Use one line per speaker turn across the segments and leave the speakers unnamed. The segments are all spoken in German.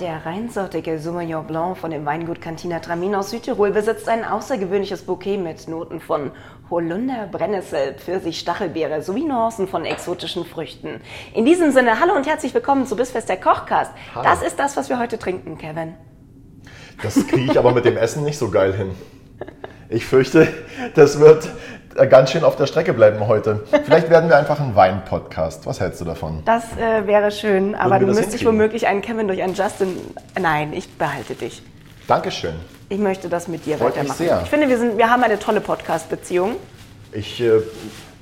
Der reinsortige Sauvignon Blanc von dem Weingut Cantina Tramin aus Südtirol besitzt ein außergewöhnliches Bouquet mit Noten von Holunder, Brennnessel, Pfirsich, Stachelbeere sowie Nuancen von exotischen Früchten. In diesem Sinne, hallo und herzlich willkommen zu Bissfest der Kochcast.
Hallo.
Das ist das, was wir heute trinken, Kevin.
Das kriege ich aber mit dem Essen nicht so geil hin. Ich fürchte, das wird äh, ganz schön auf der Strecke bleiben heute. Vielleicht werden wir einfach ein Wein-Podcast. Was hältst du davon?
Das äh, wäre schön, aber
wir
du
das
müsstest
hinkriegen?
womöglich einen Kevin durch einen Justin. Nein, ich behalte dich.
Dankeschön.
Ich möchte das mit dir
Freut mich
weitermachen.
sehr.
Ich finde, wir, sind, wir haben eine tolle Podcast-Beziehung.
Ich äh,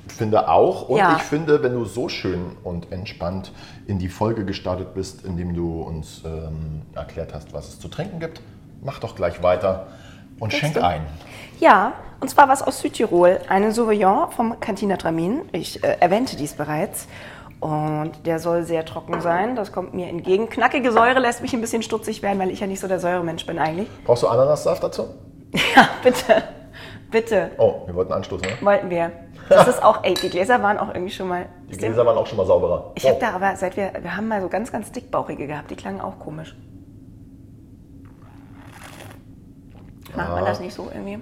finde auch und
Ja.
ich finde, wenn du so schön und entspannt in die Folge gestartet bist, indem du uns ähm, erklärt hast, was es zu trinken gibt, mach doch gleich weiter und schenk
du?
ein.
Ja, und zwar was aus Südtirol. Eine Sauvignon vom Cantina Tramin. Ich äh, erwähnte dies bereits. Und der soll sehr trocken sein. Das kommt mir entgegen. Knackige Säure lässt mich ein bisschen stutzig werden, weil ich ja nicht so der Säuremensch bin eigentlich.
Brauchst du Ananassaft dazu?
Ja, bitte. Bitte.
Oh, wir wollten anstoßen, ne?
Wollten wir. Das ist auch, ey, die Gläser waren auch irgendwie schon mal.
Die Gläser waren auch schon mal sauberer.
Ich habe
Oh,
da aber, seit wir, wir haben mal so ganz, ganz dickbauchige gehabt. Die klangen auch komisch. Macht man
Ah.
das nicht so irgendwie?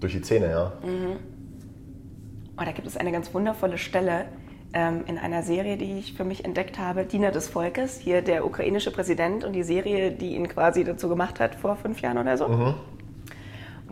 Durch die Zähne, ja.
Mhm. Oh, da gibt es eine ganz wundervolle Stelle ähm, in einer Serie, die ich für mich entdeckt habe, Diener des Volkes, hier der ukrainische Präsident und die Serie, die ihn quasi dazu gemacht hat vor fünf Jahren oder so.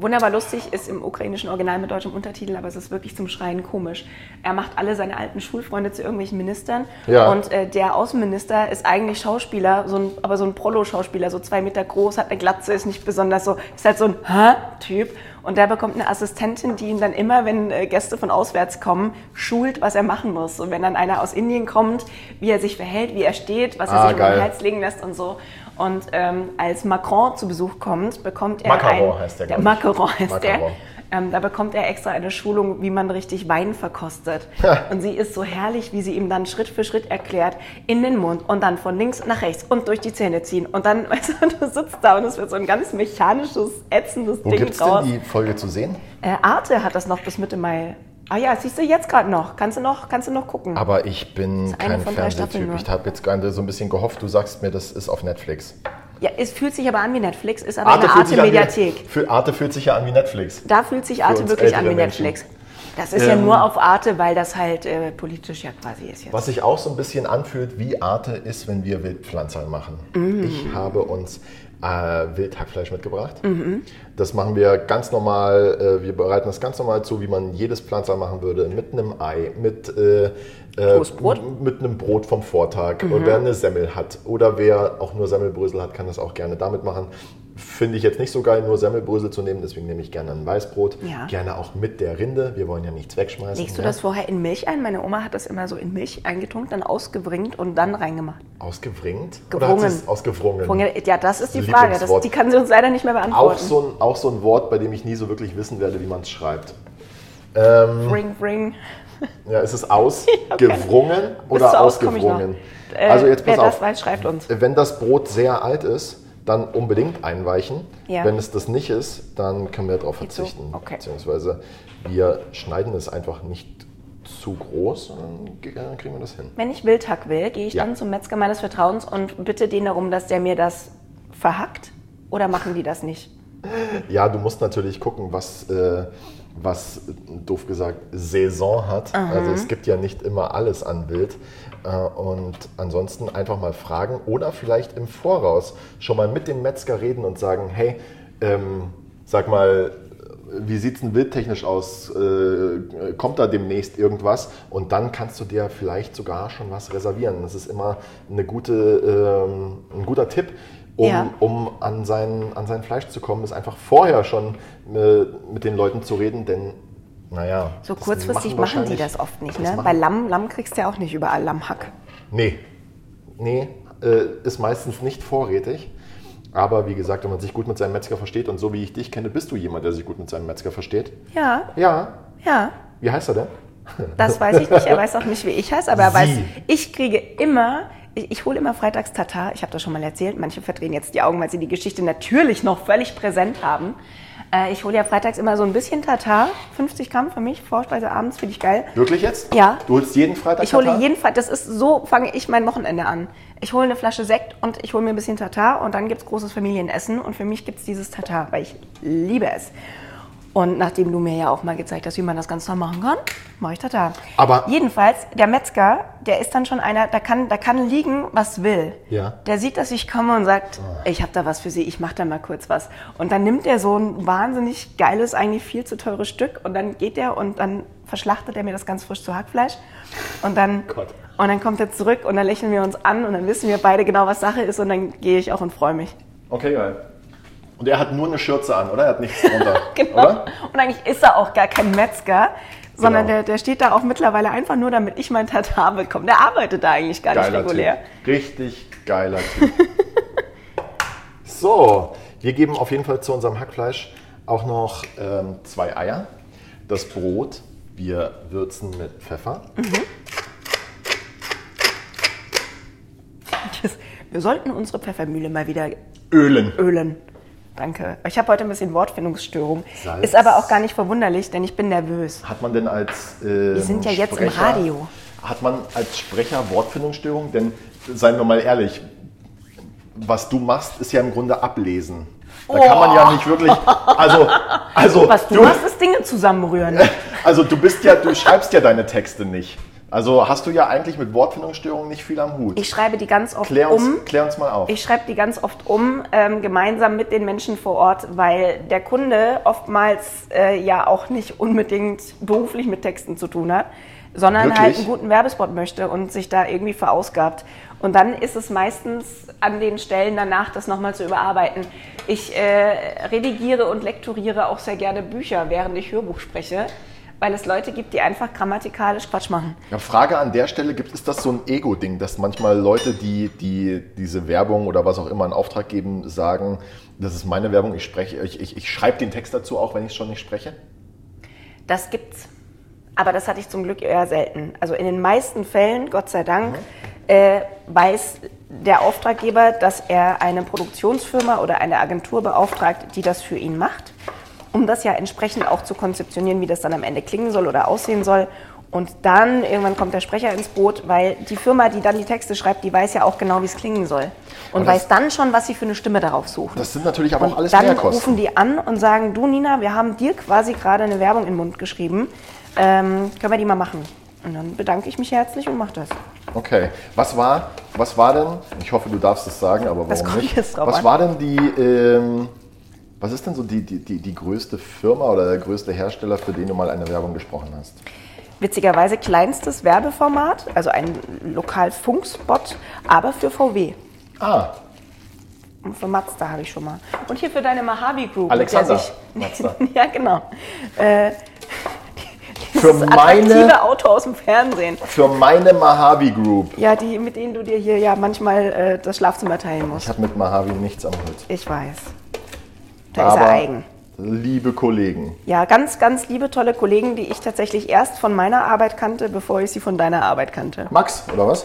Wunderbar lustig, ist im ukrainischen Original mit deutschem Untertitel, aber es ist wirklich zum Schreien komisch. Er macht alle seine alten Schulfreunde zu irgendwelchen Ministern
Ja.
und äh, der Außenminister ist eigentlich Schauspieler, so ein, aber so ein Prolo-Schauspieler, so zwei Meter groß, hat eine Glatze, ist nicht besonders so, ist halt so ein Hä-Typ. Und der bekommt eine Assistentin, die ihn dann immer, wenn äh, Gäste von auswärts kommen, schult, was er machen muss. Und wenn dann einer aus Indien kommt, wie er sich verhält, wie er steht, was er
Ah,
sich um den
geil.
Hals legen lässt und so. Und ähm, als Macron zu Besuch kommt, bekommt er
Macaron
ein,
heißt der,
der
glaub ich.
Macaron heißt
Macaron.
der. Ähm, da bekommt er extra eine Schulung, wie man richtig Wein verkostet. und sie ist so herrlich, wie sie ihm dann Schritt für Schritt erklärt, in den Mund und dann von links nach rechts und durch die Zähne ziehen. Und dann, weißt du, du sitzt da und es wird so ein ganz mechanisches, ätzendes
Wo
Ding
gibt es
raus.
denn die Folge zu sehen?
Äh, Arte hat das noch bis Mitte Mai. Ah ja, siehst du jetzt gerade noch. Kannst du noch, kannst du noch gucken.
Aber ich bin
eine
kein
von drei Staffeln
Fernsehtyp.
nur.
Ich habe jetzt gerade so ein bisschen gehofft, du sagst mir, das ist auf Netflix.
ja, es fühlt sich aber an wie Netflix, ist aber eine
fühlt sich an wie-
Arte-Mediathek.
Für Arte fühlt sich ja an wie Netflix.
Da fühlt sich Arte
uns
wirklich an
ältere
wie
Menschen.
Netflix. Das ist ja
Ähm.
nur auf Arte, weil das halt äh, politisch ja quasi ist jetzt.
Was sich auch so ein bisschen anfühlt wie Arte ist, wenn wir Wildpflanzer machen.
Mhm.
Ich habe uns äh, Wildhackfleisch mitgebracht.
Mhm.
Das machen wir ganz normal, äh, wir bereiten das ganz normal zu, wie man jedes Pflanzer machen würde, mit einem Ei, mit, äh, äh,
Toastbrot? Mhm.
m- mit einem Brot vom Vortag. Und wer eine Semmel hat oder wer auch nur Semmelbrösel hat, kann das auch gerne damit machen. Finde ich jetzt nicht so geil, nur Semmelbrösel zu nehmen, deswegen nehme ich gerne ein Weißbrot.
Ja.
Gerne auch mit der Rinde. Wir wollen ja nichts wegschmeißen.
Legst du
ne?
das vorher in Milch ein? Meine Oma hat das immer so in Milch eingetunkt, dann ausgewringt und dann reingemacht.
Ausgewringt? Oder hat
Gewrungen.
sie es ausgewrungen?
Ja, das ist die Frage. Das,
Lieblingswort.
die kann sie uns leider nicht mehr
Genau. Auch
beantworten.
so, ein, auch so ein Wort, bei dem ich nie so wirklich wissen werde, wie man es schreibt.
Ring, ring.
Ja, ist es ausgewrungen
Bis
oder
zur Aus komm ich
ausgewrungen?
noch. Äh,
also jetzt
wer
pass auf.
das weiß, schreibt uns.
Wenn das Brot sehr alt ist, dann unbedingt einweichen.
Ja.
Wenn es das nicht ist, dann können wir darauf
so?
verzichten.
Okay.
Beziehungsweise wir schneiden es einfach nicht zu groß und dann kriegen wir das hin.
Wenn ich Wildhack will, gehe ich
Ja.
dann zum Metzger meines Vertrauens und bitte den darum, dass der mir das verhackt. Oder machen die das nicht?
Ja, du musst natürlich gucken, was, äh, was äh, doof gesagt Saison hat. Also es gibt ja nicht immer alles an Wild. Äh, und ansonsten einfach mal fragen oder vielleicht im Voraus schon mal mit dem Metzger reden und sagen, hey, ähm, sag mal, wie sieht's denn wildtechnisch aus? Äh, kommt da demnächst irgendwas? Und dann kannst du dir vielleicht sogar schon was reservieren. Das ist immer eine gute, ähm, ein guter Tipp, um,
Ja.
um an, sein, an sein Fleisch zu kommen, ist einfach vorher schon äh, mit den Leuten zu reden, denn naja.
So
das
kurzfristig machen, die
wahrscheinlich-
das oft nicht.
das
Ne?
machen-
Bei Lamm, Lamm kriegst du ja auch nicht überall Lammhack.
nee. Nee, äh, ist meistens nicht vorrätig. Aber wie gesagt, wenn man sich gut mit seinem Metzger versteht und so wie ich dich kenne, bist du jemand, der sich gut mit seinem Metzger versteht.
Ja,
Ja,
ja.
wie heißt er denn?
Das weiß ich nicht. Er weiß auch nicht, wie ich heiße, aber er
Sie.
weiß, ich kriege immer, ich, ich hole immer freitags Tatar. Ich habe das schon mal erzählt. Manche verdrehen jetzt die Augen, weil sie die Geschichte natürlich noch völlig präsent haben. Äh, ich hole ja freitags immer so ein bisschen Tatar. 50 Gramm für mich, Vorspeise abends, finde ich geil.
Wirklich jetzt?
Ja.
Du holst jeden Freitag
Ich hole
Tatar?
jedenfalls, das ist so, fange ich mein Wochenende an. Ich hole eine Flasche Sekt und ich hole mir ein bisschen Tatar und dann gibt es großes Familienessen und für mich gibt es dieses Tatar, weil ich liebe es. Und nachdem du mir ja auch mal gezeigt hast, wie man das ganz toll machen kann, mache ich Tatar.
Aber-
Jedenfalls, der Metzger, der ist dann schon einer, da kann, da kann liegen, was will.
Ja.
Der sieht, dass ich komme und sagt,
Ah.
ich habe da was für Sie, ich mache da mal kurz was. Und dann nimmt er so ein wahnsinnig geiles, eigentlich viel zu teures Stück und dann geht er und dann verschlachtet er mir das ganz frisch zu Hackfleisch. Und dann,
Gott.
und dann kommt er zurück und dann lächeln wir uns an und dann wissen wir beide genau, was Sache ist und dann gehe ich auch und freue mich.
Okay, geil. Und er hat nur eine Schürze an, oder? Er hat nichts drunter, oder?
Genau. Und eigentlich ist er auch gar kein Metzger, sondern
Genau.
der, der steht da auch mittlerweile einfach nur, damit ich mein Tatar bekomme. Der arbeitet da eigentlich gar nicht
Geiler
regulär.
Typ. Richtig geiler Typ. so, wir geben auf jeden Fall zu unserem Hackfleisch auch noch ähm, zwei Eier. Das Brot, wir würzen mit Pfeffer.
Das, wir sollten unsere Pfeffermühle mal wieder
Ölen.
ölen. Danke. Ich habe heute ein bisschen Wortfindungsstörung.
Salz.
Ist aber auch gar nicht verwunderlich, denn ich bin nervös.
Hat man denn als ähm,
Wir sind ja jetzt im Radio.
Hat man als Sprecher Wortfindungsstörung? Denn seien wir mal ehrlich, was du machst, ist ja im Grunde ablesen. Da kann man ja nicht wirklich. Also, also
Oh. Was du, machst, ist Dinge zusammenrühren.
Also du bist ja, du schreibst ja deine Texte nicht. Also hast du ja eigentlich mit Wortfindungsstörungen nicht viel am Hut.
Ich schreibe die ganz oft
klär, uns,
um.
klär uns mal auf.
Ich schreibe die ganz oft um, ähm, gemeinsam mit den Menschen vor Ort, weil der Kunde oftmals äh, ja auch nicht unbedingt beruflich mit Texten zu tun hat, sondern
Wirklich?
halt einen guten Werbespot möchte und sich da irgendwie verausgabt. Und dann ist es meistens an den Stellen danach, das nochmal zu überarbeiten. Ich äh, redigiere und lektoriere auch sehr gerne Bücher, während ich Hörbuch spreche, weil es Leute gibt, die einfach grammatikalisch Quatsch machen.
Ja, Frage an der Stelle, gibt, ist das so ein Ego-Ding, dass manchmal Leute, die, die diese Werbung oder was auch immer in Auftrag geben, sagen, das ist meine Werbung, ich, spreche, ich, ich, ich schreibe den Text dazu, auch wenn ich es schon nicht spreche?
Das gibt's. Aber das hatte ich zum Glück eher selten. Also in den meisten Fällen, Gott sei Dank, äh, weiß der Auftraggeber, dass er eine Produktionsfirma oder eine Agentur beauftragt, die das für ihn macht, um das ja entsprechend auch zu konzeptionieren, wie das dann am Ende klingen soll oder aussehen soll. Und dann irgendwann kommt der Sprecher ins Boot, weil die Firma, die dann die Texte schreibt, die weiß ja auch genau, wie es klingen soll. Und
das-
weiß dann schon, was sie für eine Stimme darauf suchen.
Das sind natürlich aber auch alles
Dann
Mehrkosten.
rufen die an und sagen, du Nina, wir haben dir quasi gerade eine Werbung in den Mund geschrieben. Ähm, können wir die mal machen? Und dann bedanke ich mich herzlich und mache das.
Okay, was war, was war denn, ich hoffe, du darfst es sagen, aber
Das
warum
kommt
nicht?
jetzt drauf
was
an.
war denn die, ähm, was ist denn so die, die, die, die größte Firma oder der größte Hersteller, für den du mal eine Werbung gesprochen hast?
Witzigerweise kleinstes Werbeformat, also ein Lokalfunkspot, aber für VW.
Ah,
Und für Mazda habe ich schon mal. Und hier für deine Mojave Group.
Alexander
Mit der sich,
Mazda.
ja, genau. Äh,
Für
dieses
meine-
attraktive Auto aus dem Fernsehen.
für meine Mojave Group.
Ja, die, mit denen du dir hier ja manchmal äh, das Schlafzimmer teilen
Ich
musst.
habe mit Mojave nichts am Hut.
Ich weiß. Da ist er eigen.
liebe Kollegen,
Ja, ganz, ganz liebe, tolle Kollegen, die ich tatsächlich erst von meiner Arbeit kannte, bevor ich sie von deiner Arbeit kannte.
Max, oder was?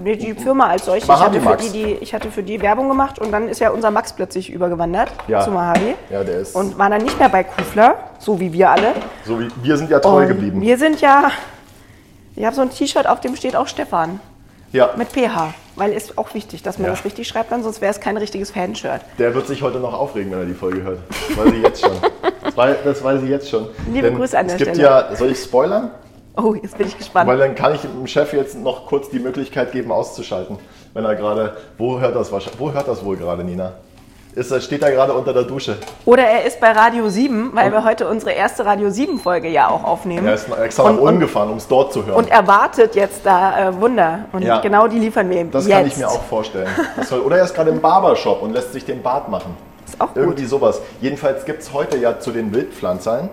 Nee, Die Firma als solche, ich
Mojave
hatte, für
Max.
die, die, ich hatte für die Werbung gemacht und dann ist ja unser Max plötzlich übergewandert
Ja.
zu Mojave.
Ja, der ist-
Und war dann nicht mehr bei Kufler, so wie wir alle.
So wie, wir sind ja treu
Und
geblieben.
Wir sind ja, ich habe so ein T-Shirt, auf dem steht auch Stefan
ja,
mit PH, weil ist auch wichtig, dass man
Ja.
das richtig schreibt, dann sonst wäre es kein richtiges Fanshirt.
der wird sich heute noch aufregen, wenn er die Folge hört. Das weiß ich jetzt schon. Das weiß, das weiß ich jetzt schon.
Liebe
Denn
Grüße an der
es gibt
Stelle.
ja, soll ich spoilern?
Oh, jetzt bin ich gespannt.
Weil dann kann ich dem Chef jetzt noch kurz die Möglichkeit geben, auszuschalten, wenn er gerade. Wo hört das wahrscheinlich? Wo hört das wohl gerade, Nina? Ist, er- steht er gerade unter der Dusche?
Oder er ist bei Radio 7, weil wir heute unsere erste Radio 7 Folge ja auch aufnehmen.
Er ist nach extra nach
Und- und-
unten gefahren, um es dort zu hören.
Und erwartet jetzt da äh, Wunder. Und
Ja.
genau die liefern wir ihm.
das
jetzt.
kann ich mir auch vorstellen. Das soll, oder er ist gerade im Barbershop und lässt sich den Bart machen.
Ist auch gut.
Irgendwie sowas. Jedenfalls gibt es heute ja zu den Wildpflanzern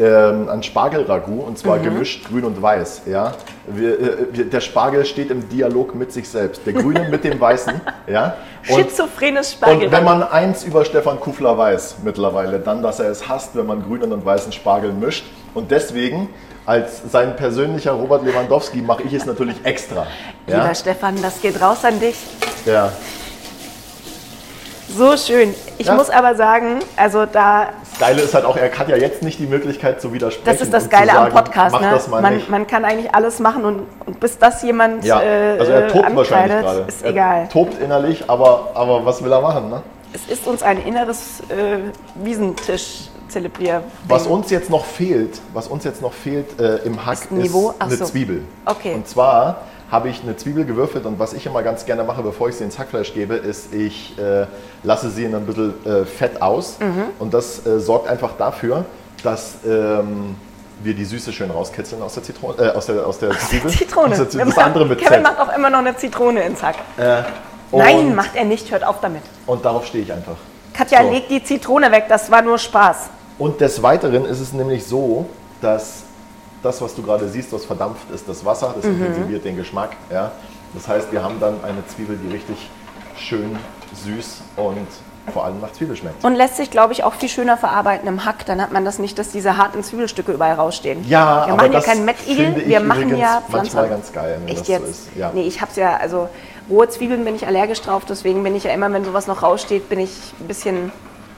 ähm, an Spargelragout und
Mhm.
zwar gemischt grün und weiß. Ja? Wir, äh, wir, der Spargel steht im Dialog mit sich selbst. Der Grüne mit dem Weißen. Ja? Und,
Schizophrenes
und wenn
Spargel.
man eins über Stefan Kufler weiß mittlerweile, dann, dass er es hasst, wenn man grünen und weißen Spargel mischt. Und deswegen, als sein persönlicher Robert Lewandowski, mache ich es natürlich extra. Ja?
Lieber Stefan, das geht raus an dich.
Ja.
So schön. Ich
Ja.
muss aber sagen, also da,
Das Geile ist halt auch, er hat ja jetzt nicht die Möglichkeit zu widersprechen.
das ist das
und zu
Geile am
sagen,
Podcast.
Mach
ne?
das mal
man,
nicht.
man kann eigentlich alles machen und, und bis das jemand
ja,
äh,
also er tobt wahrscheinlich
ankreidet,
gerade.
ist
er
egal.
tobt innerlich, aber, aber was will er machen? Ne?
Es ist uns ein inneres äh, Wiesentisch zelebriert.
Was uns jetzt noch fehlt, was uns jetzt noch fehlt äh, im Hack ist,
ein Niveau? Ach
eine
so.
Zwiebel.
Okay.
Und zwar habe ich eine Zwiebel gewürfelt und was ich immer ganz gerne mache, bevor ich sie ins Hackfleisch gebe, ist, ich äh, lasse sie in ein bisschen äh, Fett aus
Mhm.
und das äh, sorgt einfach dafür, dass ähm, wir die Süße schön rauskitzeln aus der Zitrone, äh, aus der, aus der Zwiebel.
Zitrone.
Aus der Zwiebel, das
Immer-
andere mit
Kevin
Z. Äh,
macht auch immer noch eine Zitrone ins Hack.
Und,
Nein, macht er nicht. Hört auf damit.
Und darauf stehe ich einfach.
Katja,
So.
leg die Zitrone weg. Das war nur Spaß.
Und des Weiteren ist es nämlich so, dass das, was du gerade siehst, was verdampft ist, das Wasser, das
Mhm.
intensiviert den Geschmack. Ja? Das heißt, wir haben dann eine Zwiebel, die richtig schön süß und vor allem nach Zwiebel schmeckt.
Und lässt sich, glaube ich, auch viel schöner verarbeiten im Hack. Dann hat man das nicht, dass diese harten Zwiebelstücke überall rausstehen.
Ja,
wir
aber
machen ja
das
keinen Mettigel,
finde ich
wir machen
übrigens
ja
manchmal
Pflanzen.
ganz geil, wenn
Echt
das
jetzt?
so ist. Ja.
Nee, ich hab's ja, also rohe Zwiebeln bin ich allergisch drauf, deswegen bin ich ja immer, wenn sowas noch raussteht, bin ich ein bisschen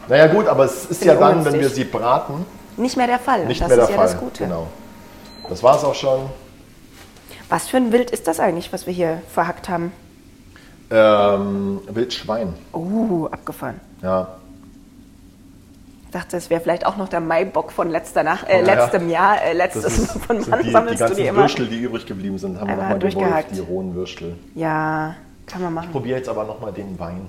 Naja gut, aber es ist ja
ich
dann, wenn
ungünstig.
wir sie braten,
nicht mehr der Fall.
nicht
das
mehr
ist
der
ja
Fall.
das Gute.
Genau. Das war es auch schon.
Was für ein Wild ist das eigentlich, was wir hier verhackt haben?
Ähm, Wildschwein.
Uh, abgefahren.
Ja.
Ich dachte, es wäre vielleicht auch noch der Maibock von letzter Nacht, äh,
Oh, ja.
letztem Jahr, äh, letztes
Das ist,
Mal. Von
sind
wann
die, die
sammelst du die
ganzen
immer?
Würstel, die übrig geblieben sind, haben wir
Einmal
nochmal gewolft,
durchgehackt.
die rohen Würstel.
Ja, kann man machen.
Probier jetzt aber nochmal den Wein.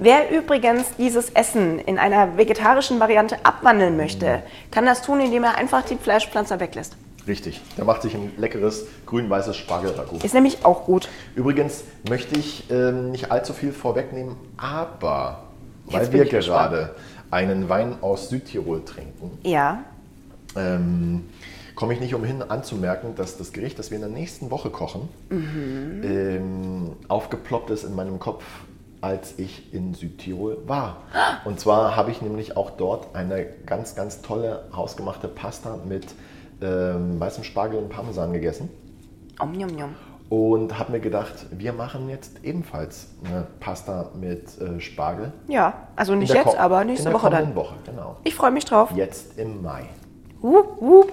Wer übrigens dieses Essen in einer vegetarischen Variante abwandeln möchte, kann das tun, indem er einfach die Fleischpflanzer weglässt.
Richtig. Der macht sich ein leckeres grün-weißes Spargelragout.
Ist nämlich auch gut.
Übrigens möchte ich ähm, nicht allzu viel vorwegnehmen, aber weil
Jetzt bin
wir
ich gespannt.
gerade einen Wein aus Südtirol trinken,
Ja.
ähm, komme ich nicht umhin anzumerken, dass das Gericht, das wir in der nächsten Woche kochen,
Mhm.
ähm, aufgeploppt ist in meinem Kopf, als ich in Südtirol war.
Ah!
Und zwar habe ich nämlich auch dort eine ganz, ganz tolle hausgemachte Pasta mit ähm, weißem Spargel und Parmesan gegessen
Om, nom, nom.
und habe mir gedacht, wir machen jetzt ebenfalls eine Pasta mit äh, Spargel.
Ja, also
In
nicht
der
jetzt,
ko-
aber
in
nächste
der
Woche dann. Mhm.
kommenden Woche, genau.
Ich freue mich drauf.
Jetzt im Mai.
Wup, wup.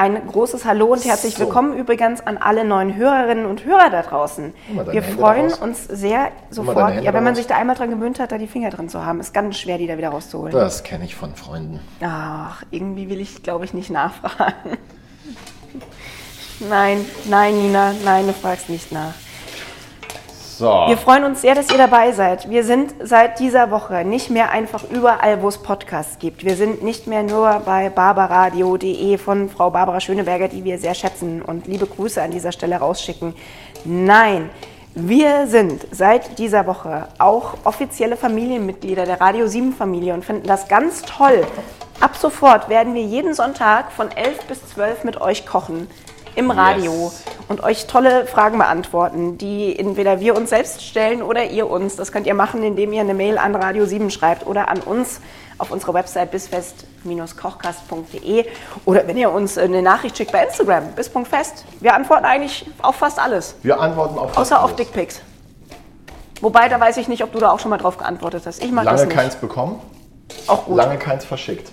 Ein großes Hallo und herzlich
So.
willkommen übrigens an alle neuen Hörerinnen und Hörer da draußen.
mal deine
Wir
Hände
freuen
da raus.
uns sehr
deine
sofort.
Hände
Ja,
da
wenn man
raus.
sich da einmal dran gewöhnt hat, da die Finger drin zu haben, ist ganz schwer, die da wieder rauszuholen.
Das kenne ich von Freunden.
Ach, irgendwie will ich, glaube ich, nicht nachfragen. Nein, nein, Nina, nein, du fragst nicht nach.
So.
Wir freuen uns sehr, dass ihr dabei seid. Wir sind seit dieser Woche nicht mehr einfach überall, wo es Podcasts gibt. Wir sind nicht mehr nur bei barbaradio.de von Frau Barbara Schöneberger, die wir sehr schätzen und liebe Grüße an dieser Stelle rausschicken. Nein, wir sind seit dieser Woche auch offizielle Familienmitglieder der Radio 7 Familie und finden das ganz toll. Ab sofort werden wir jeden Sonntag von 11 bis 12 mit euch kochen im Radio
Yes.
und euch tolle Fragen beantworten, die entweder wir uns selbst stellen oder ihr uns. Das könnt ihr machen, indem ihr eine Mail an Radio 7 schreibt oder an uns auf unserer Website bisfest-kochkast.de oder wenn ihr uns eine Nachricht schickt bei Instagram, bis.fest. Wir antworten eigentlich auf fast alles,
Wir antworten auf
außer auf
alles.
Dickpics. Wobei, da weiß ich nicht, ob du da auch schon mal drauf geantwortet hast. Ich mache das
Lange
nicht.
keins bekommen,
auch gut.
lange keins verschickt.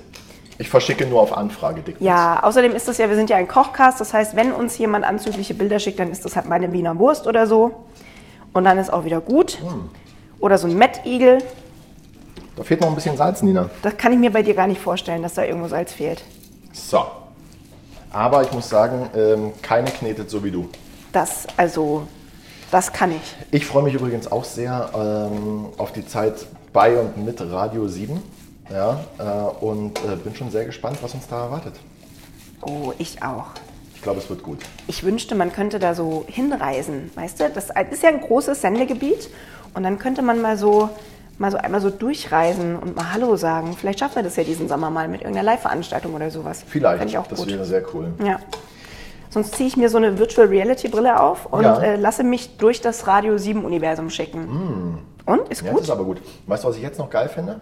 Ich verschicke nur auf Anfrage, Dick.
Ja, außerdem ist das ja, wir sind ja ein Kochcast, das heißt, wenn uns jemand anzügliche Bilder schickt, dann ist das halt meine Wiener Wurst oder so. Und dann ist auch wieder gut. Oder so ein Mettigel.
Da fehlt noch ein bisschen Salz, Nina.
Das kann ich mir bei dir gar nicht vorstellen, dass da irgendwo Salz fehlt.
So. Aber ich muss sagen, ähm, keine knetet so wie du.
Das, also, das kann ich.
Ich freue mich übrigens auch sehr ähm, auf die Zeit bei und mit Radio 7. Ja, äh, und äh, bin schon sehr gespannt, was uns da erwartet.
Oh, ich auch.
Ich glaube, es wird gut.
Ich wünschte, man könnte da so hinreisen, weißt du? Das ist ja ein großes Sendegebiet und dann könnte man mal so mal so einmal so durchreisen und mal Hallo sagen. Vielleicht schaffen wir das ja diesen Sommer mal mit irgendeiner Live-Veranstaltung oder sowas.
Vielleicht.
Fände ich auch
das
gut.
wäre sehr cool.
Ja. Sonst ziehe ich mir so eine Virtual Reality Brille auf und
Ja.
äh, lasse mich durch das Radio 7 Universum schicken. Und? Ist
Mm. Ja,
gut?
das ist aber gut. Weißt du, was ich jetzt noch geil finde?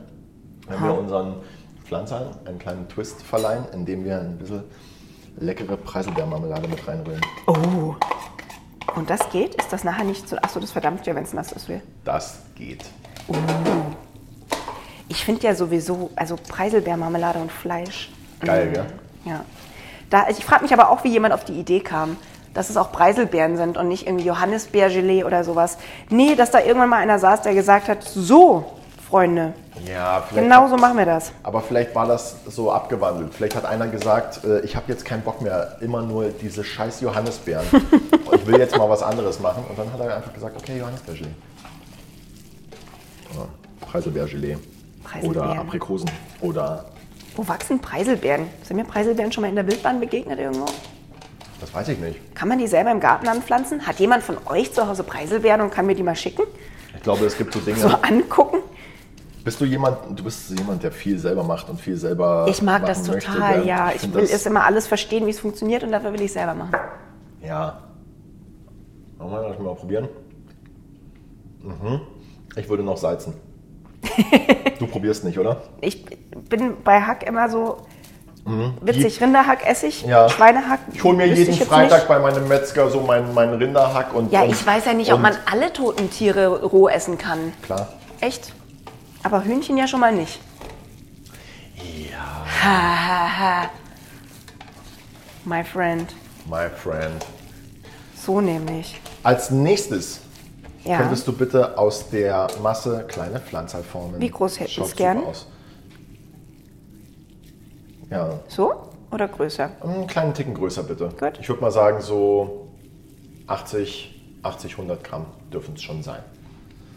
Wenn wir unseren Pflanzern einen kleinen Twist verleihen, indem wir ein bisschen leckere Preiselbeermarmelade mit reinrühren.
oh. Und das geht? Ist das nachher nicht so. Achso, das verdammt ja, wenn es nass ist. will.
Das geht.
Ich finde ja sowieso, also Preiselbeermarmelade und Fleisch.
Geil,
Mhm.
gell?
Ja. Da, also ich frage mich aber auch, wie jemand auf die Idee kam, dass es auch Preiselbeeren sind und nicht irgendwie Johannisbeergelee oder sowas. Nee, dass da irgendwann mal einer saß, der gesagt hat, so, Freunde,
Ja, vielleicht.
genau so machen wir das.
Aber vielleicht war das so abgewandelt. Vielleicht hat einer gesagt, äh, ich habe jetzt keinen Bock mehr, immer nur diese scheiß Johannisbeeren. Und ich will jetzt mal was anderes machen. Und dann hat er einfach gesagt, okay, Johannisbeergelee. Oder Preiselbeergelee. Oder
Preiselbeeren.
Aprikosen. Oder,
Wo wachsen Preiselbeeren? Sind mir Preiselbeeren schon mal in der Wildbahn begegnet irgendwo?
das weiß ich nicht.
Kann man die selber im Garten anpflanzen? Hat jemand von euch zu Hause Preiselbeeren und kann mir die mal schicken?
Ich glaube, es gibt so Dinge.
So angucken?
Bist du jemand, du bist jemand, der viel selber macht und viel selber.
Ich mag das
machen möchte,
total,
gell?
ja. Ich
find
will
das-
es immer alles verstehen, wie es funktioniert und dafür will ich es selber machen.
Ja. Wollen wir das mal probieren? Mhm. Ich würde noch salzen. du probierst nicht, oder?
Ich bin bei Hack immer so witzig. Rinderhack esse ich,
Mhm. Ja.
Schweinehack.
Ich hole mir
wüsste
jeden
ich jetzt
Freitag
Nicht.
bei meinem Metzger so meinen, meinen Rinderhack und.
Ja,
und,
ich weiß ja nicht, ob
und-
man alle toten Tiere roh essen kann.
Klar.
Echt? Aber Hühnchen ja schon mal nicht.
Ja,
My friend.
my friend.
So nämlich.
Als nächstes
Ja.
könntest du bitte aus der Masse kleine Pflanzer formen.
Wie groß hätten
Schaut
Sie es gern?
super aus. Ja,
So oder größer?
Einen kleinen Ticken größer bitte.
Gut.
Ich würde mal sagen, so 80, 80, 100 Gramm dürfen es schon sein.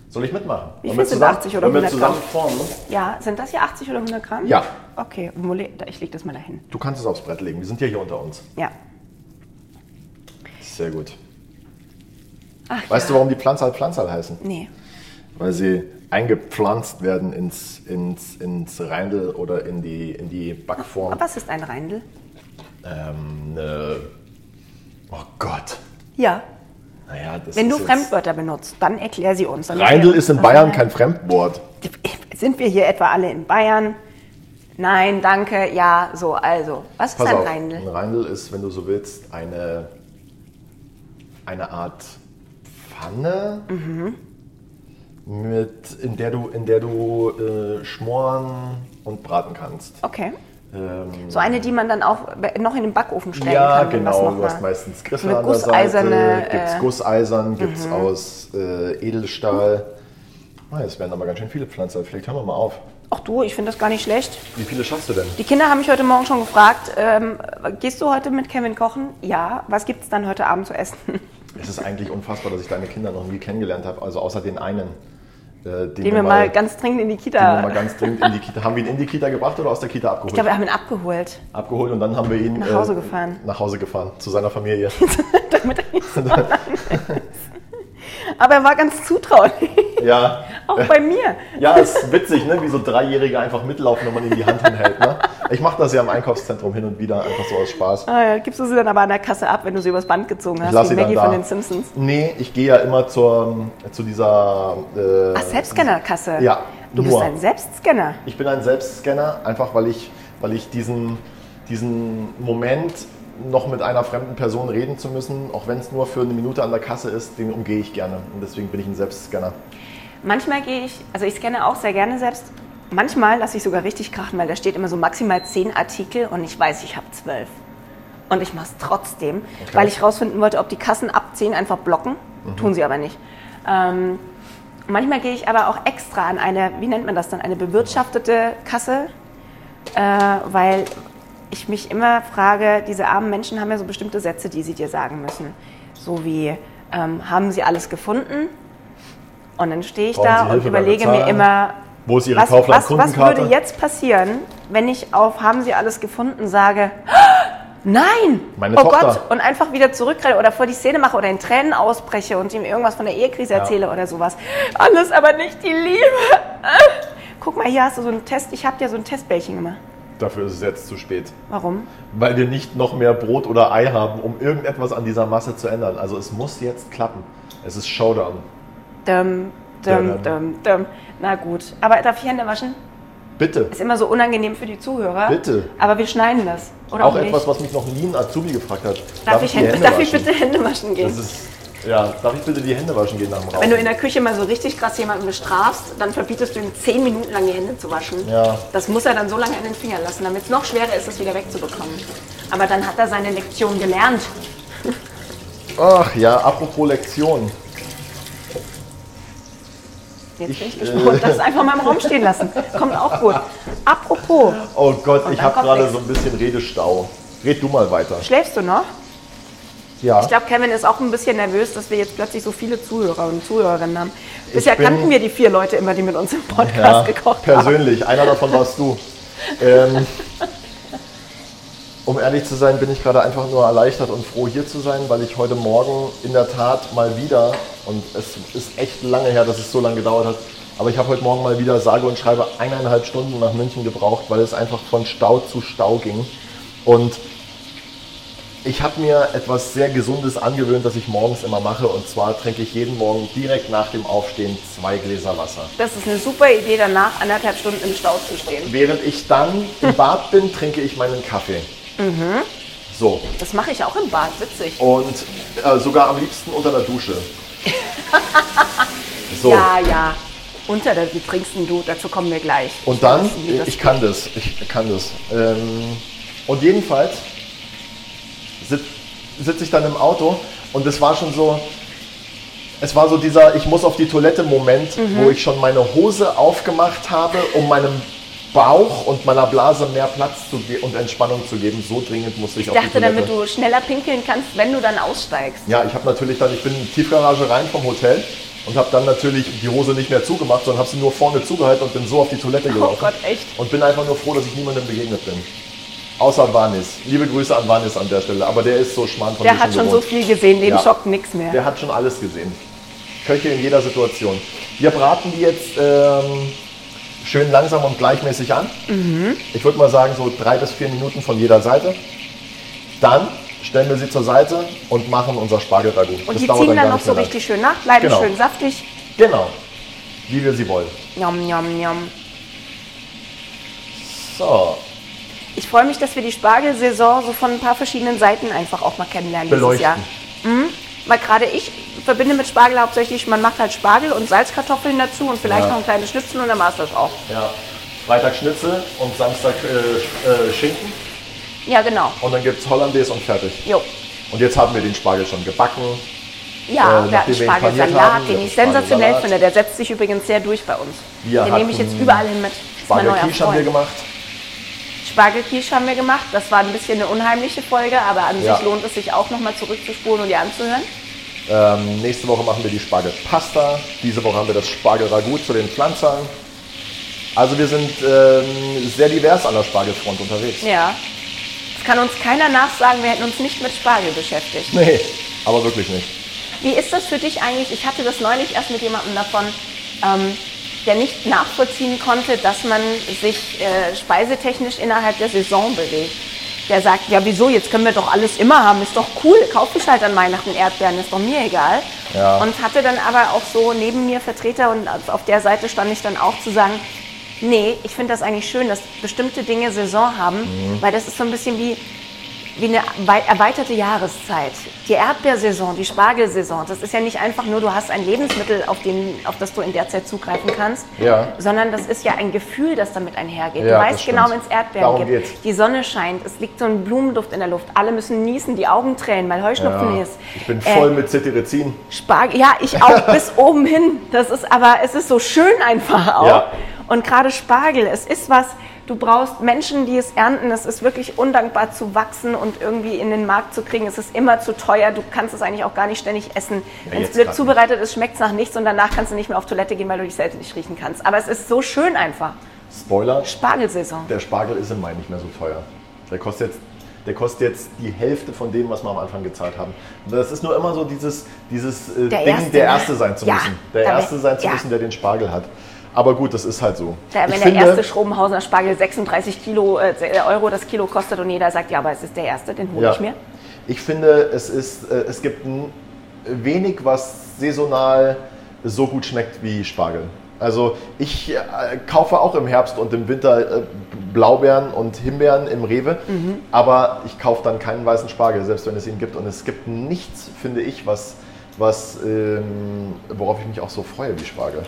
Soll ich mitmachen?
Wie
Wollen
viel
wir
sind 80 oder
wollen wir
100
zusammen
Gramm?
formen?
Ja, sind das hier 80 oder 100 Gramm?
Ja.
Okay, Mole- da- ich lege das mal dahin.
Du kannst es aufs Brett legen. Wir sind ja hier unter uns.
Ja.
Sehr gut.
Ach,
Weißt
ja.
du, warum die Pflanzerl Pflanzerl heißen?
Nee.
Weil sie eingepflanzt werden ins, ins, ins Reindel oder in die, in die Backform.
Aber was ist ein Reindl?
Ähm, äh, oh Gott.
Ja.
Naja, das
Wenn
ist
du
jetzt-
Fremdwörter benutzt, dann erklär sie uns. Dann
Reindl ist in Bayern kein Fremdwort.
Sind wir hier etwa alle in Bayern? Nein, danke, ja, so, also. Was ist
Pass
ein
auf, ein
Reindl?
Reindl ist, wenn du so willst, eine, eine Art Pfanne,
Mhm.
mit, in der du, in der du äh, schmoren und braten kannst.
Okay.
Ähm,
So eine, die man dann auch noch in den Backofen stellen
ja,
kann. was
genau.
noch
Du hast
mal-
meistens Griffel
eine
an der
gusseiserne,
Seite, gibt es
äh,
Gusseisern, gibt es aus äh, Edelstahl. Ah, jetzt werden aber ganz schön viele Pflanzen. Vielleicht hören wir mal auf.
Ach du, ich finde das gar nicht schlecht.
Wie viele schaffst du denn?
Die Kinder haben mich heute Morgen schon gefragt, ähm, gehst du heute mit Kevin kochen? Ja. Was gibt es dann heute Abend zu essen?
Es ist eigentlich unfassbar, dass ich deine Kinder noch nie kennengelernt habe. Also außer den einen, äh, den,
Den wir mal ganz dringend in die
Den wir mal
Kita...
ganz dringend in die Kita. Haben wir ihn in die Kita gebracht oder aus der Kita abgeholt?
Ich glaube, wir haben ihn abgeholt,
abgeholt und dann haben wir ihn äh,
Nach Hause gefahren.
Nach Hause gefahren zu seiner Familie.
damit er nicht so allein ist. Aber er war ganz zutraulich,
ja.
auch bei mir.
Ja, ist witzig, ne? wie so Dreijährige einfach mitlaufen, wenn man ihm die Hand hinhält. Ne? Ich mache das ja im Einkaufszentrum hin und wieder, einfach so aus Spaß.
Ah ja, gibst du sie dann aber an der Kasse ab, wenn du sie übers Band gezogen hast,
lass
wie
sie dann
Maggie
da.
von den Simpsons.
Nee, ich gehe ja immer zur, ähm, zu dieser... Äh,
Ach, Selbstscannerkasse.
Ja,
Du
nur.
bist ein Selbstscanner.
Ich bin ein Selbstscanner, einfach weil ich, weil ich diesen, diesen Moment, noch mit einer fremden Person reden zu müssen, auch wenn es nur für eine Minute an der Kasse ist, den umgehe ich gerne. Und deswegen bin ich ein Selbstscanner.
Manchmal gehe ich, also ich scanne auch sehr gerne selbst. Manchmal lasse ich sogar richtig krachen, weil da steht immer so maximal zehn Artikel und ich weiß, ich habe zwölf. Und ich mache es trotzdem, weil ich rausfinden wollte, ob die Kassen ab 10 einfach blocken. Tun sie aber nicht. Ähm, manchmal gehe ich aber auch extra an eine, wie nennt man das dann, eine bewirtschaftete Kasse, äh, weil ich mich immer frage, diese armen Menschen haben ja so bestimmte Sätze, die sie dir sagen müssen. So wie, ähm, haben sie alles gefunden? Und dann stehe ich
Brauchen Sie
da und
Hilfe beim
überlege mir
Bezahlen?
immer,
Wo ist Ihre
was, was, was
Kaufland-Kundenkarte?
würde jetzt passieren, wenn ich auf haben sie alles gefunden sage, Nein!
Meine
oh
Tochter.
Gott! Und einfach wieder zurückrenne oder vor die Szene mache oder in Tränen ausbreche und ihm irgendwas von der Ehekrise erzähle oder sowas. Alles aber nicht die Liebe. Guck mal, hier hast du so einen Test. Ich habe dir so ein Testbällchen gemacht.
Dafür ist es jetzt zu spät.
Warum?
Weil wir nicht noch mehr Brot oder Ei haben, um irgendetwas an dieser Masse zu ändern. Also es muss jetzt klappen. Es ist Showdown.
Dum, dum,
Dum.
dum, dum. Na gut. Aber darf ich Hände waschen?
Bitte.
Ist immer so unangenehm für die Zuhörer.
Bitte.
Aber wir schneiden das. Oder auch,
Auch
nicht.
etwas, was mich noch nie ein Azubi gefragt hat.
darf, ich
die
Hände, darf ich
waschen?
bitte Hände waschen gehen?
Das ist, ja, darf ich bitte die Hände waschen gehen nach dem Rauchen?
Wenn du in der Küche mal so richtig krass jemanden bestrafst, dann verbietest du ihm zehn Minuten lang die Hände zu waschen.
Ja.
Das muss er dann so lange an den Finger lassen, damit es noch schwerer ist, es wieder wegzubekommen. Aber dann hat er seine Lektion gelernt.
Ach ja, apropos Lektion.
Jetzt
Ich, äh,
bin ich gespannt. Das einfach mal im Raum stehen lassen. Kommt auch gut. Apropos,
Oh Gott,
Und
ich
dann
habe
kommt
gerade
nichts.
so ein bisschen Redestau. Red du mal weiter.
schläfst du noch?
Ja.
Ich glaube, Kevin ist auch ein bisschen nervös, dass wir jetzt plötzlich so viele Zuhörer und Zuhörerinnen haben. Bisher
bin-
kannten wir die vier Leute immer, die mit uns im Podcast
ja,
gekocht haben.
persönlich. Einer davon warst du. Ähm, um ehrlich zu sein, bin ich gerade einfach nur erleichtert und froh, hier zu sein, weil ich heute Morgen in der Tat mal wieder, und es ist echt lange her, dass es so lange gedauert hat, aber ich habe heute Morgen mal wieder sage und schreibe eineinhalb Stunden nach München gebraucht, weil es einfach von Stau zu Stau ging. Und ich habe mir etwas sehr Gesundes angewöhnt, das ich morgens immer mache. Und zwar trinke ich jeden Morgen direkt nach dem Aufstehen zwei Gläser Wasser.
Das ist eine super Idee, danach anderthalb Stunden im Stau zu stehen.
Während ich dann im Bad bin, trinke ich meinen Kaffee. So.
Das mache ich auch im Bad, witzig.
Und äh, sogar am liebsten unter der Dusche. So.
Ja, ja. Unter der wie trinkst denn du, dazu kommen wir gleich.
Und
Ich
dann,
weiß nicht, wie das-
ich kann das, ich kann das. Ähm, und jedenfalls sitze sitz ich dann im Auto und es war schon so, es war so dieser Ich muss auf die Toilette Moment,
Mhm.
wo ich schon meine Hose aufgemacht habe, um meinem Bauch und meiner Blase mehr Platz zu ge- und Entspannung zu geben. So dringend musste ich,
ich
auf die
dachte,
Toilette.
damit du schneller pinkeln kannst, wenn du dann aussteigst.
Ja, ich habe natürlich dann, ich bin in die Tiefgarage rein vom Hotel und habe dann natürlich die Hose nicht mehr zugemacht, sondern habe sie nur vorne zugehalten und bin so auf die Toilette gelaufen.
Oh Gott, echt?
Und bin einfach nur froh, dass ich niemandem begegnet bin. Außer Vanis. Liebe Grüße an Vanis an der Stelle, aber der ist so schmarrn von
Der
mir
hat schon so
gewohnt.
viel gesehen, dem
Ja.
schockt nichts mehr.
Der hat schon alles gesehen. Köche in jeder Situation. Wir braten die jetzt ähm, schön langsam und gleichmäßig an.
Mhm.
Ich würde mal sagen, so drei bis vier Minuten von jeder Seite. Dann stellen wir sie zur Seite und machen unser Spargelragout.
Und die ziehen dann noch so richtig schön nach, bleiben
Genau.
schön saftig.
Genau, wie wir sie wollen.
Nom, nom, nom.
So,
Ich freue mich, dass wir die Spargelsaison so von ein paar verschiedenen Seiten einfach auch mal kennenlernen dieses
beleuchten.
Jahr. Weil gerade ich verbinde mit Spargel hauptsächlich, man macht halt Spargel und Salzkartoffeln dazu und vielleicht
Ja.
noch ein kleines Schnitzel und dann war es das auch.
Ja. Freitag Schnitzel und Samstag äh, äh, Schinken
Ja, genau.
und dann gibt es Hollandaise und fertig.
Jo.
Und jetzt haben wir den Spargel schon gebacken.
Ja,
Äh,
wir hatten
nachdem wir ihn paniert haben,
Spargelsalat, den
wir
ich
hatten
sensationell
Spargelsalat.
finde. Der setzt sich übrigens sehr durch bei uns.
Wir
den nehme ich
hatten
jetzt überall hin mit. Das ist mein neuer
Spargelquiche haben wir
Freund.
gemacht.
Spargelquiche haben wir gemacht. Das war ein bisschen eine unheimliche Folge, aber an
Ja.
sich lohnt es sich auch nochmal zurückzuspulen und die anzuhören.
Ähm, nächste Woche machen wir die Spargelpasta. Diese Woche haben wir das Spargelragout zu den Pflanzern. Also wir sind ähm, sehr divers an der Spargelfront unterwegs.
Ja. Es kann uns keiner nachsagen, wir hätten uns nicht mit Spargel beschäftigt.
Nee, aber wirklich nicht.
Wie ist das für dich eigentlich? Ich hatte das neulich erst mit jemandem davon, ähm, der nicht nachvollziehen konnte, dass man sich äh, speisetechnisch innerhalb der Saison bewegt. Der sagt, ja wieso, jetzt können wir doch alles immer haben, ist doch cool, kauf ich halt an Weihnachten Erdbeeren, ist doch mir egal.
Ja.
Und hatte dann aber auch so neben mir Vertreter und auf- auf der Seite stand ich dann auch zu sagen, nee, ich finde das eigentlich schön, dass bestimmte Dinge Saison haben, weil das ist so ein bisschen wie, wie eine wei- erweiterte Jahreszeit. Die Erdbeersaison, die Spargelsaison, das ist ja nicht einfach nur, du hast ein Lebensmittel, auf, den, auf das du in der Zeit zugreifen kannst,
Ja.
sondern das ist ja ein Gefühl, das damit einhergeht.
Ja,
du
das
weißt
stimmt.
genau, wenn es Erdbeeren
Darum
gibt,
geht's.
die Sonne scheint, es liegt so ein Blumenduft in der Luft, alle müssen niesen, die Augen tränen, weil Heuschnupfen ist.
Ich bin
Äh,
voll mit Cetirizin.
Spargel, ja, ich auch bis oben hin. Das ist aber, es ist so schön einfach auch.
Ja.
Und gerade Spargel, es ist was, du brauchst Menschen, die es ernten. Es ist wirklich undankbar zu wachsen und irgendwie in den Markt zu kriegen. Es ist immer zu teuer. Du kannst es eigentlich auch gar nicht ständig essen. Wenn es
jetzt
blöd
grad
zubereitet ist, schmeckt es nach nichts und danach kannst du nicht mehr auf Toilette gehen, weil du dich selbst nicht riechen kannst. Aber es ist so schön einfach.
Spoiler,
Spargelsaison.
Der Spargel ist im Mai nicht mehr so teuer. Der kostet jetzt der kostet jetzt die Hälfte von dem, was wir am Anfang gezahlt haben. Und das ist nur immer so dieses, dieses äh,
Der
Ding,
Erste,
der
ne?
Erste sein zu
Ja,
müssen. Der
damit-
Erste sein zu
ja.
müssen, der den Spargel hat. Aber gut, das ist halt so.
Ja, wenn
Ich
der erste Schrobenhausener Spargel 36 Kilo, äh, Euro das Kilo kostet und jeder sagt, ja, aber es ist der erste, den hole ich mir.
Ich finde, es, ist, äh, es gibt n- wenig, was saisonal so gut schmeckt wie Spargel. Also ich äh, kaufe auch im Herbst und im Winter äh, Blaubeeren und Himbeeren im Rewe, aber ich kaufe dann keinen weißen Spargel, selbst wenn es ihn gibt. Und es gibt nichts, finde ich, was, was, ähm, worauf ich mich auch so freue wie Spargel.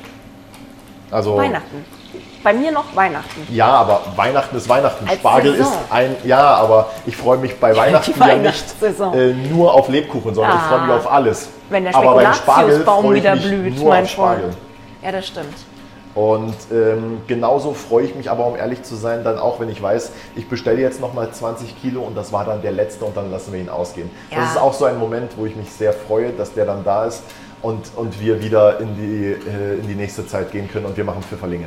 Also,
Weihnachten. Bei mir noch Weihnachten.
ja, aber Weihnachten ist Weihnachten.
Als
Spargel
Saison.
ist ein. Ja, aber ich freue mich bei Weihnachten ja nicht
Weihnachtssaison. Ah,
äh, nur auf Lebkuchen, sondern ich freue mich auf alles.
Wenn der
aber beim Spargel
Spekulatiusbaum
freue ich
wieder
mich
blüht,
nur
mein
auf Spargel.
Freund. Ja, das stimmt.
Und ähm, genauso freue ich mich aber, um ehrlich zu sein, dann auch, wenn ich weiß, ich bestelle jetzt nochmal 20 Kilo und das war dann der letzte und dann lassen wir ihn ausgehen.
Ja.
Das ist auch so ein Moment, wo ich mich sehr freue, dass der dann da ist und, und wir wieder in die, äh, in die nächste Zeit gehen können und wir machen Pfifferlinge.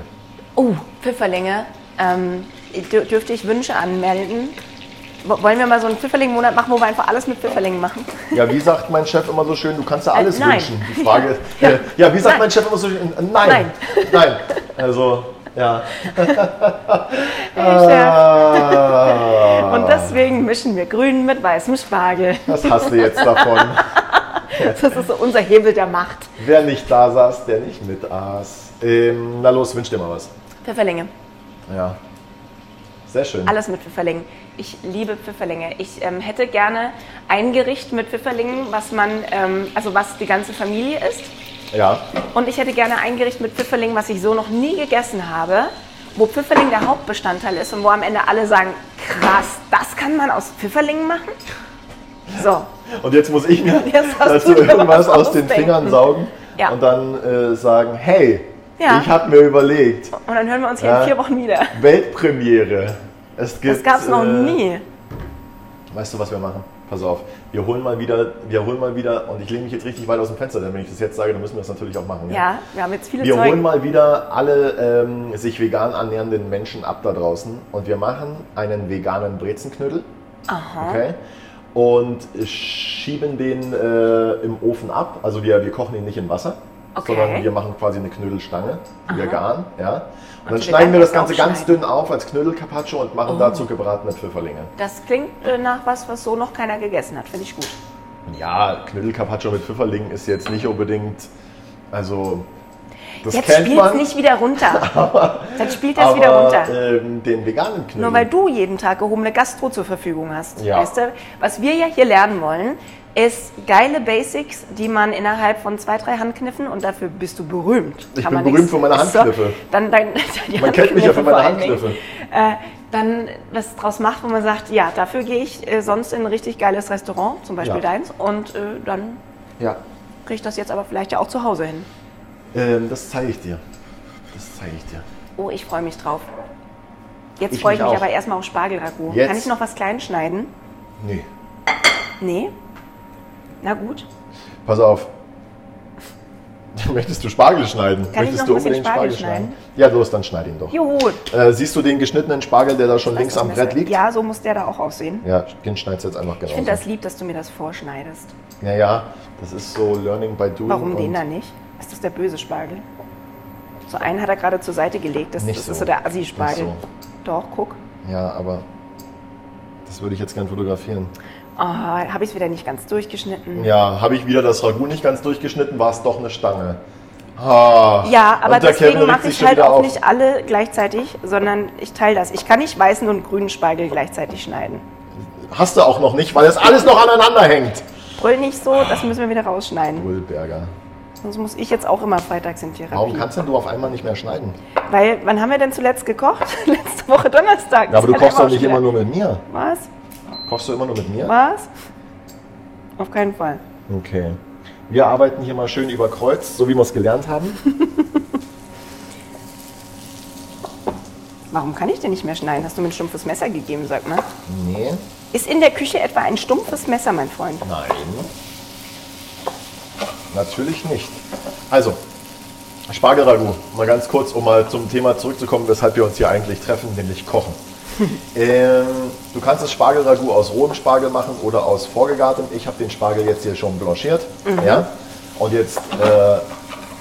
Oh, Pfifferlinge. Ähm, dür- dürfte ich Wünsche anmelden? W- Wollen wir mal so einen Pfifferling-Monat machen, wo wir einfach alles mit Pfifferlingen machen?
Ja, wie sagt mein Chef immer so schön, du kannst ja alles
Äh, nein.
wünschen. Die Frage ist, äh, ja, wie sagt
Nein.
mein Chef immer so schön, äh, nein, nein,
Nein.
Also, ja.
Chef.
Ah,
Und deswegen mischen wir Grün mit weißem Spargel.
das hast du jetzt davon.
Das ist so unser Hebel der Macht.
Wer nicht da saß, der nicht mit aß. Ähm, na los, wünsch dir mal was.
Pfifferlinge.
Ja. Sehr schön.
Alles mit Pfifferlingen. Ich liebe Pfifferlinge. Ich ähm, hätte gerne ein Gericht mit Pfifferlingen, was man, ähm, also was die ganze Familie isst.
Ja.
Und ich hätte gerne ein Gericht mit Pfifferlingen, was ich so noch nie gegessen habe, wo Pfifferling der Hauptbestandteil ist und wo am Ende alle sagen, krass, das kann man aus Pfifferlingen machen? So,
Und jetzt muss ich mir
Jetzt hast
dazu
du dir
irgendwas
was
aus den
ausdenken.
Fingern saugen
Ja.
und dann äh, sagen, hey,
Ja.
ich habe mir überlegt,
und dann hören wir uns hier
Ja.
in vier Wochen wieder.
Weltpremiere. Es gibt,
Das gab's noch
äh,
nie.
Weißt du, was wir machen? Pass auf. Wir holen mal wieder, wir holen mal wieder, und ich lehne mich jetzt richtig weit aus dem Fenster, denn wenn ich das jetzt sage, dann müssen wir das natürlich auch machen.
Ja, wir haben jetzt viele
Wir holen
Zeugen.
mal wieder alle ähm, sich vegan ernährenden Menschen ab da draußen und wir machen einen veganen Brezenknödel. Aha. Okay. Und schieben den äh, im Ofen ab. Also wir, wir kochen ihn nicht in Wasser,
Okay.
sondern wir machen quasi eine Knödelstange, vegan. Ja. Und dann
die
schneiden
Veganer
wir das
Also das
Ganze ganz
aufschneiden. Oh.
dünn auf als Knödelcarpaccio und machen dazu gebratene Pfifferlinge.
Das klingt äh, nach was, was so noch keiner gegessen hat. Finde ich gut.
Ja, Knödelcarpaccio mit Pfifferlingen ist jetzt nicht unbedingt, also das
Jetzt
kennt
spielt's
man.
nicht wieder runter. Dann spielt das
aber,
wieder runter.
Ähm, den veganen Knödel.
Nur weil du jeden Tag gehobene Gastro zur Verfügung hast.
Ja.
Weißt du? Was wir ja hier lernen wollen, ist geile Basics, die man innerhalb von zwei, drei Handkniffen und dafür bist du berühmt.
Ich
Kann
bin
man
berühmt
nichts-
für meine
Ist
Handkniffe.
Dann, dann, die
Man kennt mich ja für
Handkniffe vor
meine
allen Dingen.
Handgriffe.
Äh, dann was draus macht, wo man sagt, ja, dafür gehe ich äh, sonst in ein richtig geiles Restaurant, zum Beispiel
Ja.
deins, und äh, dann
Ja.
kriege ich das jetzt aber vielleicht ja auch zu Hause hin.
Ähm, das zeige ich dir. Das zeige ich dir.
Oh, ich freue mich drauf. Jetzt
Ich
freue ich
mich
mich,
auch.
aber erstmal auf Spargelragout.
Jetzt.
Kann ich noch was klein schneiden?
Nee.
Nee. Na gut.
Pass auf. Möchtest du Spargel schneiden?
Kann ich
Möchtest
noch
du
ein bisschen
unbedingt
Spargel
Ja, los, dann schneid ihn doch.
Juhu.
Äh, siehst du den geschnittenen Spargel, der da schon links am Brett liegt?
Ja, so muss der da auch aussehen.
Ja, den schneidest du jetzt einfach genau.
Ich finde das lieb, dass du mir das vorschneidest.
Naja, das ist so Learning by Doing.
Warum den
und-
dann nicht? Ist das der böse Spargel? So einen hat er gerade zur Seite gelegt. Das,
Nicht
das
so.
ist so der Assi-Spargel.
Nicht so.
Doch, guck.
Ja, aber das würde ich jetzt gern fotografieren.
Ah, Habe ich es wieder nicht ganz durchgeschnitten.
Ja, habe ich wieder das Ragout nicht ganz durchgeschnitten, war es doch eine Stange. Ah,
Ja, aber
und der
deswegen
Kevin regt
mache
sich
ich
schon
halt
wieder
auch
auf.
nicht alle gleichzeitig, sondern ich teile das. Ich kann nicht weißen und grünen Spargel gleichzeitig schneiden.
Hast du auch noch nicht, weil das alles noch aneinander hängt.
Brüll nicht so, das müssen wir wieder rausschneiden.
Rüllberger.
Sonst muss ich jetzt auch immer freitags in Therapie.
Warum kannst denn du auf einmal nicht mehr schneiden?
Weil, wann haben wir denn zuletzt gekocht? Letzte Woche Donnerstag.
Ja, aber du
Das
kochst
hat
doch nicht
schon
immer
wieder-
nur mit mir.
Was?
Kochst du immer nur mit mir?
Was? Auf keinen Fall.
Okay. Wir arbeiten hier mal schön über Kreuz, so wie wir es gelernt haben.
Warum kann ich denn nicht mehr schneiden? Hast du mir ein stumpfes Messer gegeben, sag mal.
Nee.
Ist in der Küche etwa ein stumpfes Messer, mein Freund?
Nein. Natürlich nicht. Also, Spargelragout. Mal ganz kurz, um mal zum Thema zurückzukommen, weshalb wir uns hier eigentlich treffen, nämlich kochen. Ähm, du kannst das Spargelragout aus rohem Spargel machen oder aus vorgegartem. Ich habe den Spargel jetzt hier schon blanchiert. Ja? Und jetzt äh,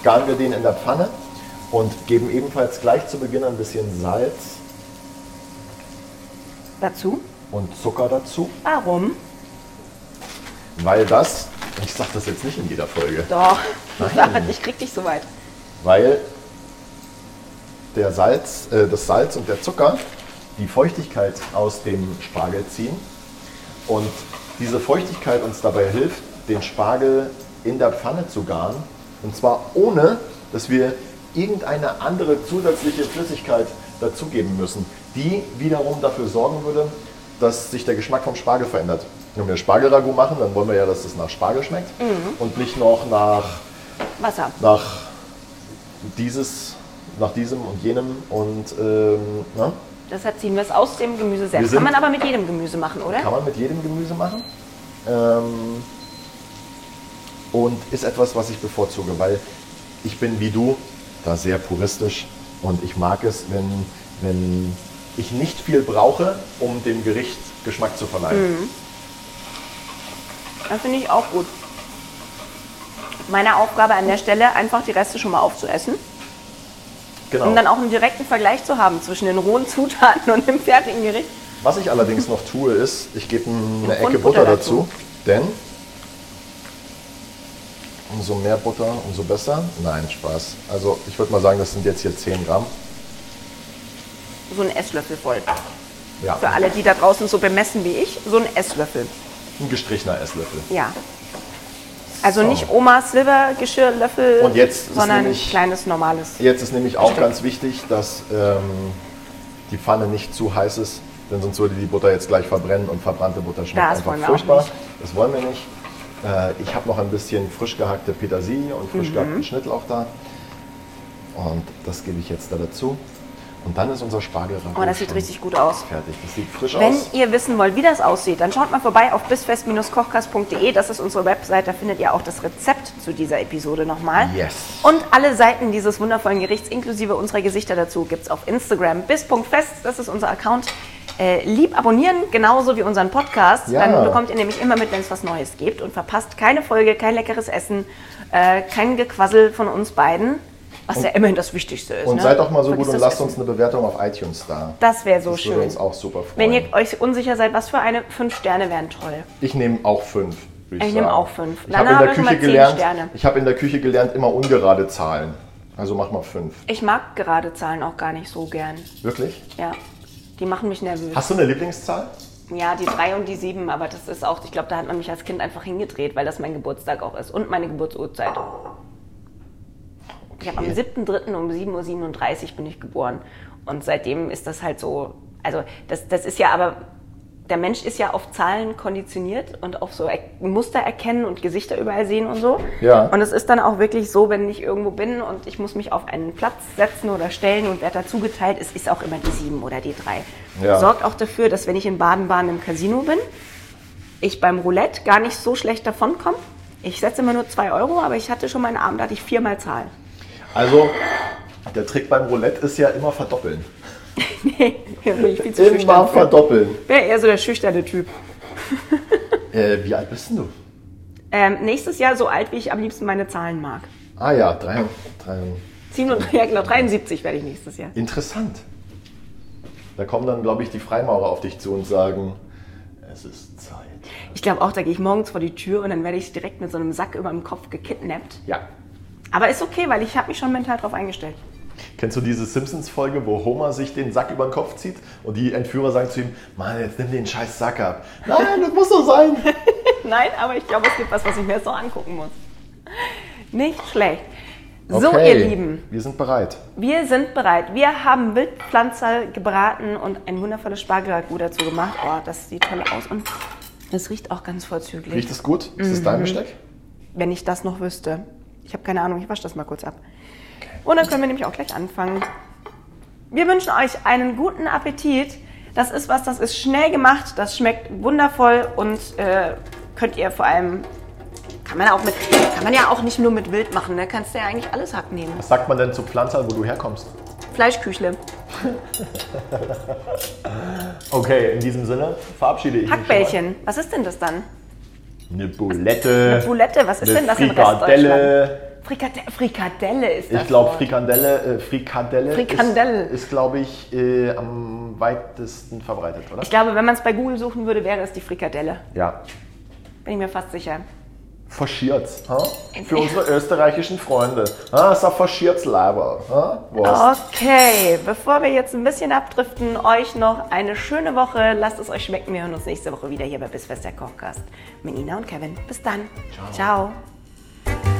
garen wir den in der Pfanne und geben ebenfalls gleich zu Beginn ein bisschen Salz
Dazu?
und Zucker dazu,
Warum?
weil das, ich sage das jetzt nicht in jeder Folge,
Doch.
Nein.
Ich krieg dich so weit.
weil der Salz, äh, das Salz und der Zucker die Feuchtigkeit aus dem Spargel ziehen und diese Feuchtigkeit uns dabei hilft, den Spargel in der Pfanne zu garen und zwar ohne, dass wir irgendeine andere zusätzliche Flüssigkeit dazugeben müssen, die wiederum dafür sorgen würde, dass sich der Geschmack vom Spargel verändert. Wenn wir Spargelragout machen, dann wollen wir ja, dass es nach Spargel schmeckt und nicht noch nach
Wasser.
nach dieses, nach diesem und jenem und ähm, na,
Deshalb ziehen wir es aus dem Gemüse selbst.
sind-
Kann man aber mit jedem Gemüse machen, oder?
kann man mit jedem Gemüse machen. Ähm, und ist etwas, was ich bevorzuge, weil ich bin wie du da sehr puristisch und ich mag es, wenn, wenn ich nicht viel brauche, um dem Gericht Geschmack zu verleihen.
Das finde ich auch gut. Meine Aufgabe an der Stelle, einfach die Reste schon mal aufzuessen,
Genau.
um dann auch einen direkten Vergleich zu haben zwischen den rohen Zutaten und dem fertigen Gericht.
Was ich allerdings noch tue, ist, ich gebe eine Ecke
Und
Butter
Butter dazu.
dazu, denn umso mehr Butter, umso besser. Nein, Spaß. Also ich würde mal sagen, das sind jetzt hier 10 Gramm.
So einen Esslöffel voll.
Ja,
Für alle, die da draußen so bemessen wie ich, so einen Esslöffel.
ein gestrichener Esslöffel.
Ja. Also
So.
nicht Omas Silbergeschirrlöffel,
Und jetzt ist
sondern ein
nämlich-
kleines normales.
Jetzt ist nämlich auch ganz wichtig, dass ähm, die Pfanne nicht zu heiß ist, denn sonst würde die Butter jetzt gleich verbrennen und verbrannte Butter schmeckt
Das
einfach
wollen wir auch
furchtbar.
nicht.
Das wollen wir nicht. Äh, ich habe noch ein bisschen frisch gehackte Petersilie und
Mhm.
frisch gehackten Schnittlauch da. Und das gebe ich jetzt da dazu. Und dann ist unser Spargelragout
Oh, das sieht
schon
richtig gut aus.
Fertig. Das sieht frisch
Wenn
aus.
ihr wissen wollt, wie das aussieht, dann schaut mal vorbei auf bisfest-kochkast.de. Das ist unsere Website. Da findet ihr auch das Rezept zu dieser Episode nochmal.
Yes.
Und alle Seiten dieses wundervollen Gerichts, inklusive unserer Gesichter dazu, gibt es auf Instagram. Bis.fest, das ist unser Account. Äh, lieb abonnieren, genauso wie unseren Podcast.
Ja.
Dann bekommt ihr nämlich immer mit, wenn es was Neues gibt und verpasst keine Folge, kein leckeres Essen, äh, kein Gequassel von uns beiden, was ja immerhin das Wichtigste ist.
Und
ne?
seid doch mal so
Vergiss
gut und
das
lasst uns eine Bewertung auf iTunes da.
Das wäre so
das
schön.
Würde uns auch super freuen.
Wenn ihr euch unsicher seid, was für eine, fünf Sterne wären toll.
Ich nehme auch fünf. würd
Ich nehme
sagen.
auch fünf.
Ich
Lana
habe in der
hat schon
Küche
mal zehn
gelernt.
Sterne.
Ich habe in der Küche gelernt, immer ungerade Zahlen. Also mach mal fünf.
Ich mag gerade Zahlen auch gar nicht so gern.
Wirklich?
Ja, die machen mich nervös.
Hast du eine Lieblingszahl?
Ja, die drei und die sieben, aber das ist auch, ich glaube, da hat man mich als Kind einfach hingedreht, weil das mein Geburtstag auch ist und meine Geburtsurzeit. Ich habe am 7.3. um 7.37 Uhr bin ich geboren. Und seitdem ist das halt so, also das, das ist ja aber, der Mensch ist ja auf Zahlen konditioniert und auf so er Muster erkennen und Gesichter überall sehen und so.
Ja.
Und es ist dann auch wirklich so, wenn ich irgendwo bin und ich muss mich auf einen Platz setzen oder stellen und werde dazu geteilt, es ist auch immer die sieben oder die drei.
Ja.
Sorgt auch dafür, dass wenn ich in Baden-Baden im Casino bin, ich beim Roulette gar nicht so schlecht davonkomme. Ich setze immer nur 2 Euro, aber ich hatte schon mal einen Abend, da hatte ich viermal Zahlen.
Also, der Trick beim Roulette ist ja immer verdoppeln.
Ja, bin ich viel zu
Immer
schüchtern.
verdoppeln.
Ich bin ja eher so der schüchterne Typ.
Äh, wie alt bist denn du?
Ähm, nächstes Jahr so alt, wie ich am liebsten meine Zahlen mag.
Ah ja, drei, drei.
77, ja, genau, 73 werde ich nächstes Jahr.
Interessant. Da kommen dann, glaube ich, die Freimaurer auf dich zu und sagen, es ist Zeit.
Ich glaube auch, da gehe ich morgens vor die Tür und dann werde ich direkt mit so einem Sack über dem Kopf gekidnappt.
Ja.
Aber ist okay, weil ich habe mich schon mental drauf eingestellt.
Kennst du diese Simpsons-Folge, wo Homer sich den Sack über den Kopf zieht und die Entführer sagen zu ihm, Mann, jetzt nimm den scheiß Sack ab. Nein, das muss so sein.
Nein, aber ich glaube, es gibt was, was ich mir jetzt noch angucken muss. Nicht schlecht. So,
Okay,
ihr Lieben,
Wir sind bereit.
wir sind bereit. Wir haben Wildpflanzerl gebraten und ein wundervolles Spargelragout dazu gemacht. Oh, das sieht toll aus und das riecht Mhm. auch ganz vorzüglich.
Riecht es gut? Ist es dein Besteck?
Wenn ich das noch wüsste. Ich habe keine Ahnung, ich wasche das mal kurz ab. Und dann können wir nämlich auch gleich anfangen. Wir wünschen euch einen guten Appetit. Das ist was, das ist schnell gemacht, das schmeckt wundervoll und äh, könnt ihr vor allem, kann man, auch mit, kann man ja auch nicht nur mit Wild machen, ne? kannst du ja eigentlich alles hack nehmen.
Was sagt man denn zu Pflanzern, wo du herkommst?
Fleischküchle.
Okay, in diesem Sinne verabschiede ich
Hackbällchen. Was ist denn das dann?
mich. Schon. Eine Boulette.
Eine Boulette, was ist
Äh, eine
denn das in
Frikadelle.
Frikade Frikadelle ist das.
Ich glaube,
Wort.
Frikandelle, äh, Frikadelle,
Frikandelle.
ist, ist glaube ich, äh, am weitesten verbreitet, oder?
Ich glaube, wenn man es bei Google suchen würde, wäre es die Frikadelle.
ja.
Bin ich mir fast sicher.
Faschiert's, ha? Für unsere österreichischen Freunde. Ha, ist ein faschiert's Leiber, ha? Was?
Okay, bevor wir jetzt ein bisschen abdriften, euch noch eine schöne Woche. Lasst es euch schmecken. Wir hören uns nächste Woche wieder hier bei Bissfest der Kochcast. Mit Nina und Kevin. Bis dann. Ciao. Ciao.